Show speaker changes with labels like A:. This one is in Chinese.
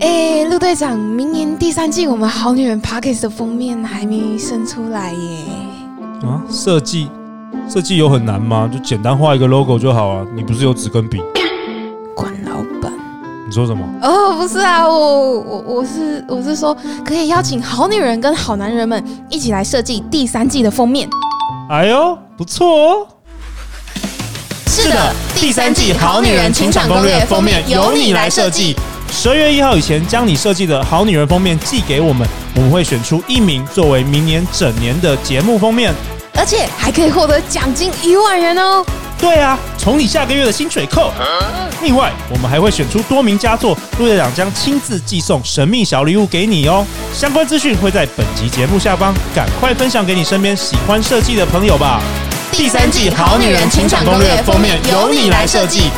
A: 哎，陆队长，明年第三季我们《好女人 Pockets》的封面还没生出来耶。
B: 啊，设计设计有很难吗？就简单画一个 logo 就好啊。你不是有纸跟笔？
A: 管老板。
B: 你说什么？
A: 哦，不是啊，我我我是我是说，可以邀请好女人跟好男人们一起来设计第三季的封面。
B: 哎呦，不错哦。
A: 是
B: 的第三季《好女人情场攻略》封面由你来设计。。十二月一号以前将你设计的好女人封面寄给我们，我们会选出一名作为明年整年的节目封面。
A: 而且还可以获得奖金一万元哦！
B: 对啊，从你下个月的薪水扣。另外，我们还会选出多名佳作，陆队长将亲自寄送神秘小礼物给你哦。相关资讯会在本集节目下方，赶快分享给你身边喜欢设计的朋友吧。第三季《好女人情场攻略》封面由你来设计，